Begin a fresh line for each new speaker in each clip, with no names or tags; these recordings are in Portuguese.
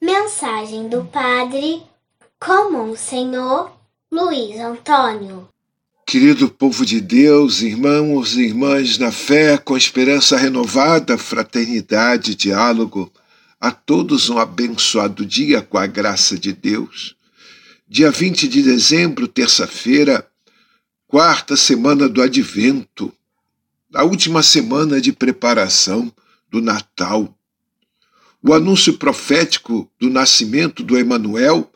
Mensagem do Padre Comum Senhor Luiz Antônio.
Querido povo de Deus, irmãos e irmãs na fé, com esperança renovada, fraternidade, diálogo, a todos um abençoado dia com a graça de Deus. Dia 20 de dezembro, terça-feira, quarta semana do Advento, a última semana de preparação do Natal o anúncio profético do nascimento do Emanuel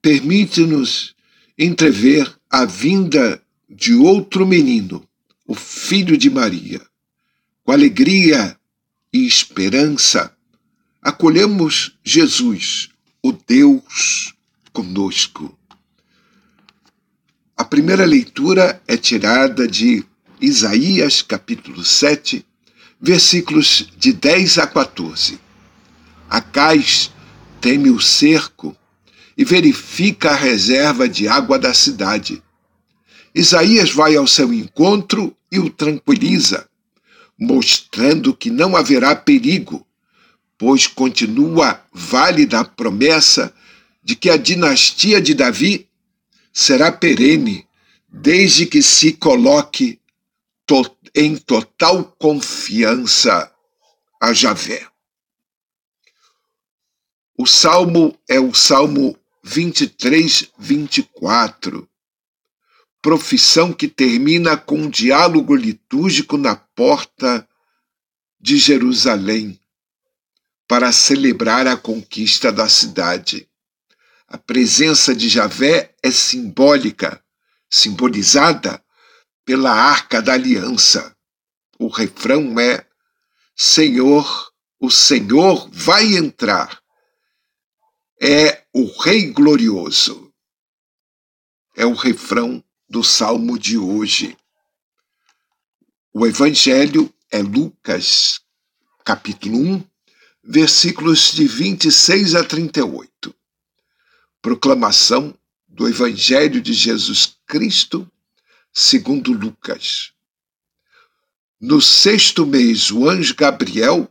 permite-nos entrever a vinda de outro menino, o filho de Maria. Com alegria e esperança, acolhemos Jesus, o Deus conosco. A primeira leitura é tirada de Isaías capítulo 7, versículos de 10 a 14. Acais teme o cerco e verifica a reserva de água da cidade. Isaías vai ao seu encontro e o tranquiliza, mostrando que não haverá perigo, pois continua válida a promessa de que a dinastia de Davi será perene, desde que se coloque to em total confiança a Javé. O salmo é o salmo 23, 24. Profissão que termina com um diálogo litúrgico na porta de Jerusalém para celebrar a conquista da cidade. A presença de Javé é simbólica, simbolizada pela Arca da Aliança. O refrão é: Senhor, o Senhor vai entrar é o Rei Glorioso. É o refrão do salmo de hoje. O Evangelho é Lucas, capítulo 1, versículos de 26 a 38. Proclamação do Evangelho de Jesus Cristo, segundo Lucas. No sexto mês, o anjo Gabriel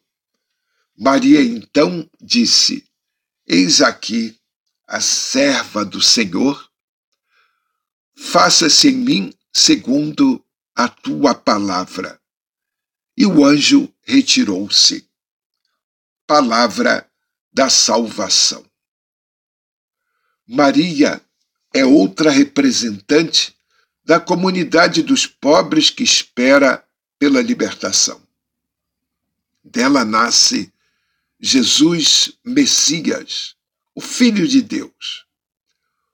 Maria então disse: Eis aqui a serva do Senhor, faça-se em mim segundo a tua palavra. E o anjo retirou-se. Palavra da salvação. Maria é outra representante da comunidade dos pobres que espera pela libertação. Dela nasce Jesus Messias, o Filho de Deus.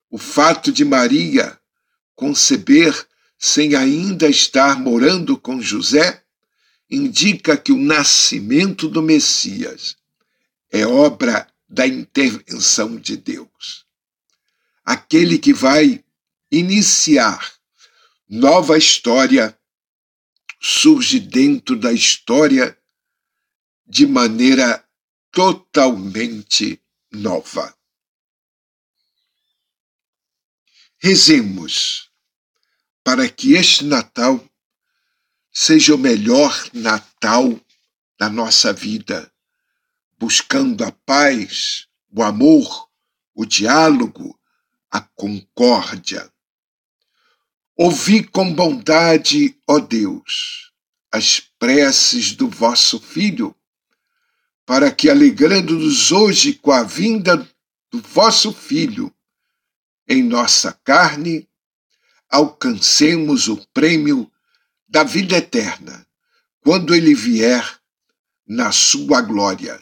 O fato de Maria conceber sem ainda estar morando com José indica que o nascimento do Messias é obra da intervenção de Deus. Aquele que vai iniciar nova história surge dentro da história de maneira totalmente nova. Rezemos para que este Natal seja o melhor Natal da nossa vida buscando a paz, o amor, o diálogo, a concórdia. Ouvi com bondade, ó Deus, as preces do vosso Filho, para que, alegrando-nos hoje com a vinda do vosso Filho em nossa carne, alcancemos o prêmio da vida eterna, quando ele vier na sua glória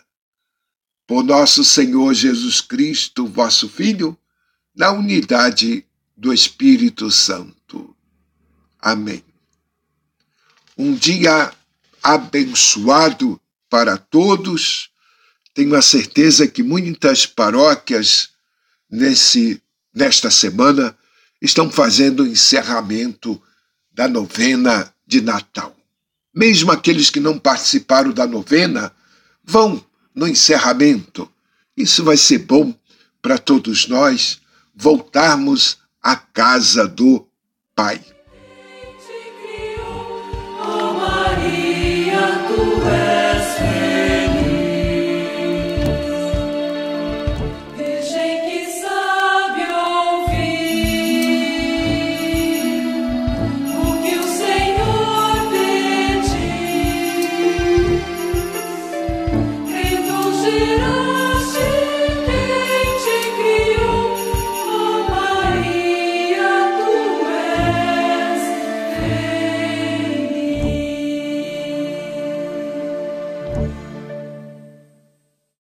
por nosso Senhor Jesus Cristo, vosso Filho, na unidade do Espírito Santo. Amém. Um dia abençoado para todos. Tenho a certeza que muitas paróquias nesse nesta semana estão fazendo o encerramento da novena de Natal. Mesmo aqueles que não participaram da novena vão no encerramento. Isso vai ser bom para todos nós voltarmos à casa do Pai.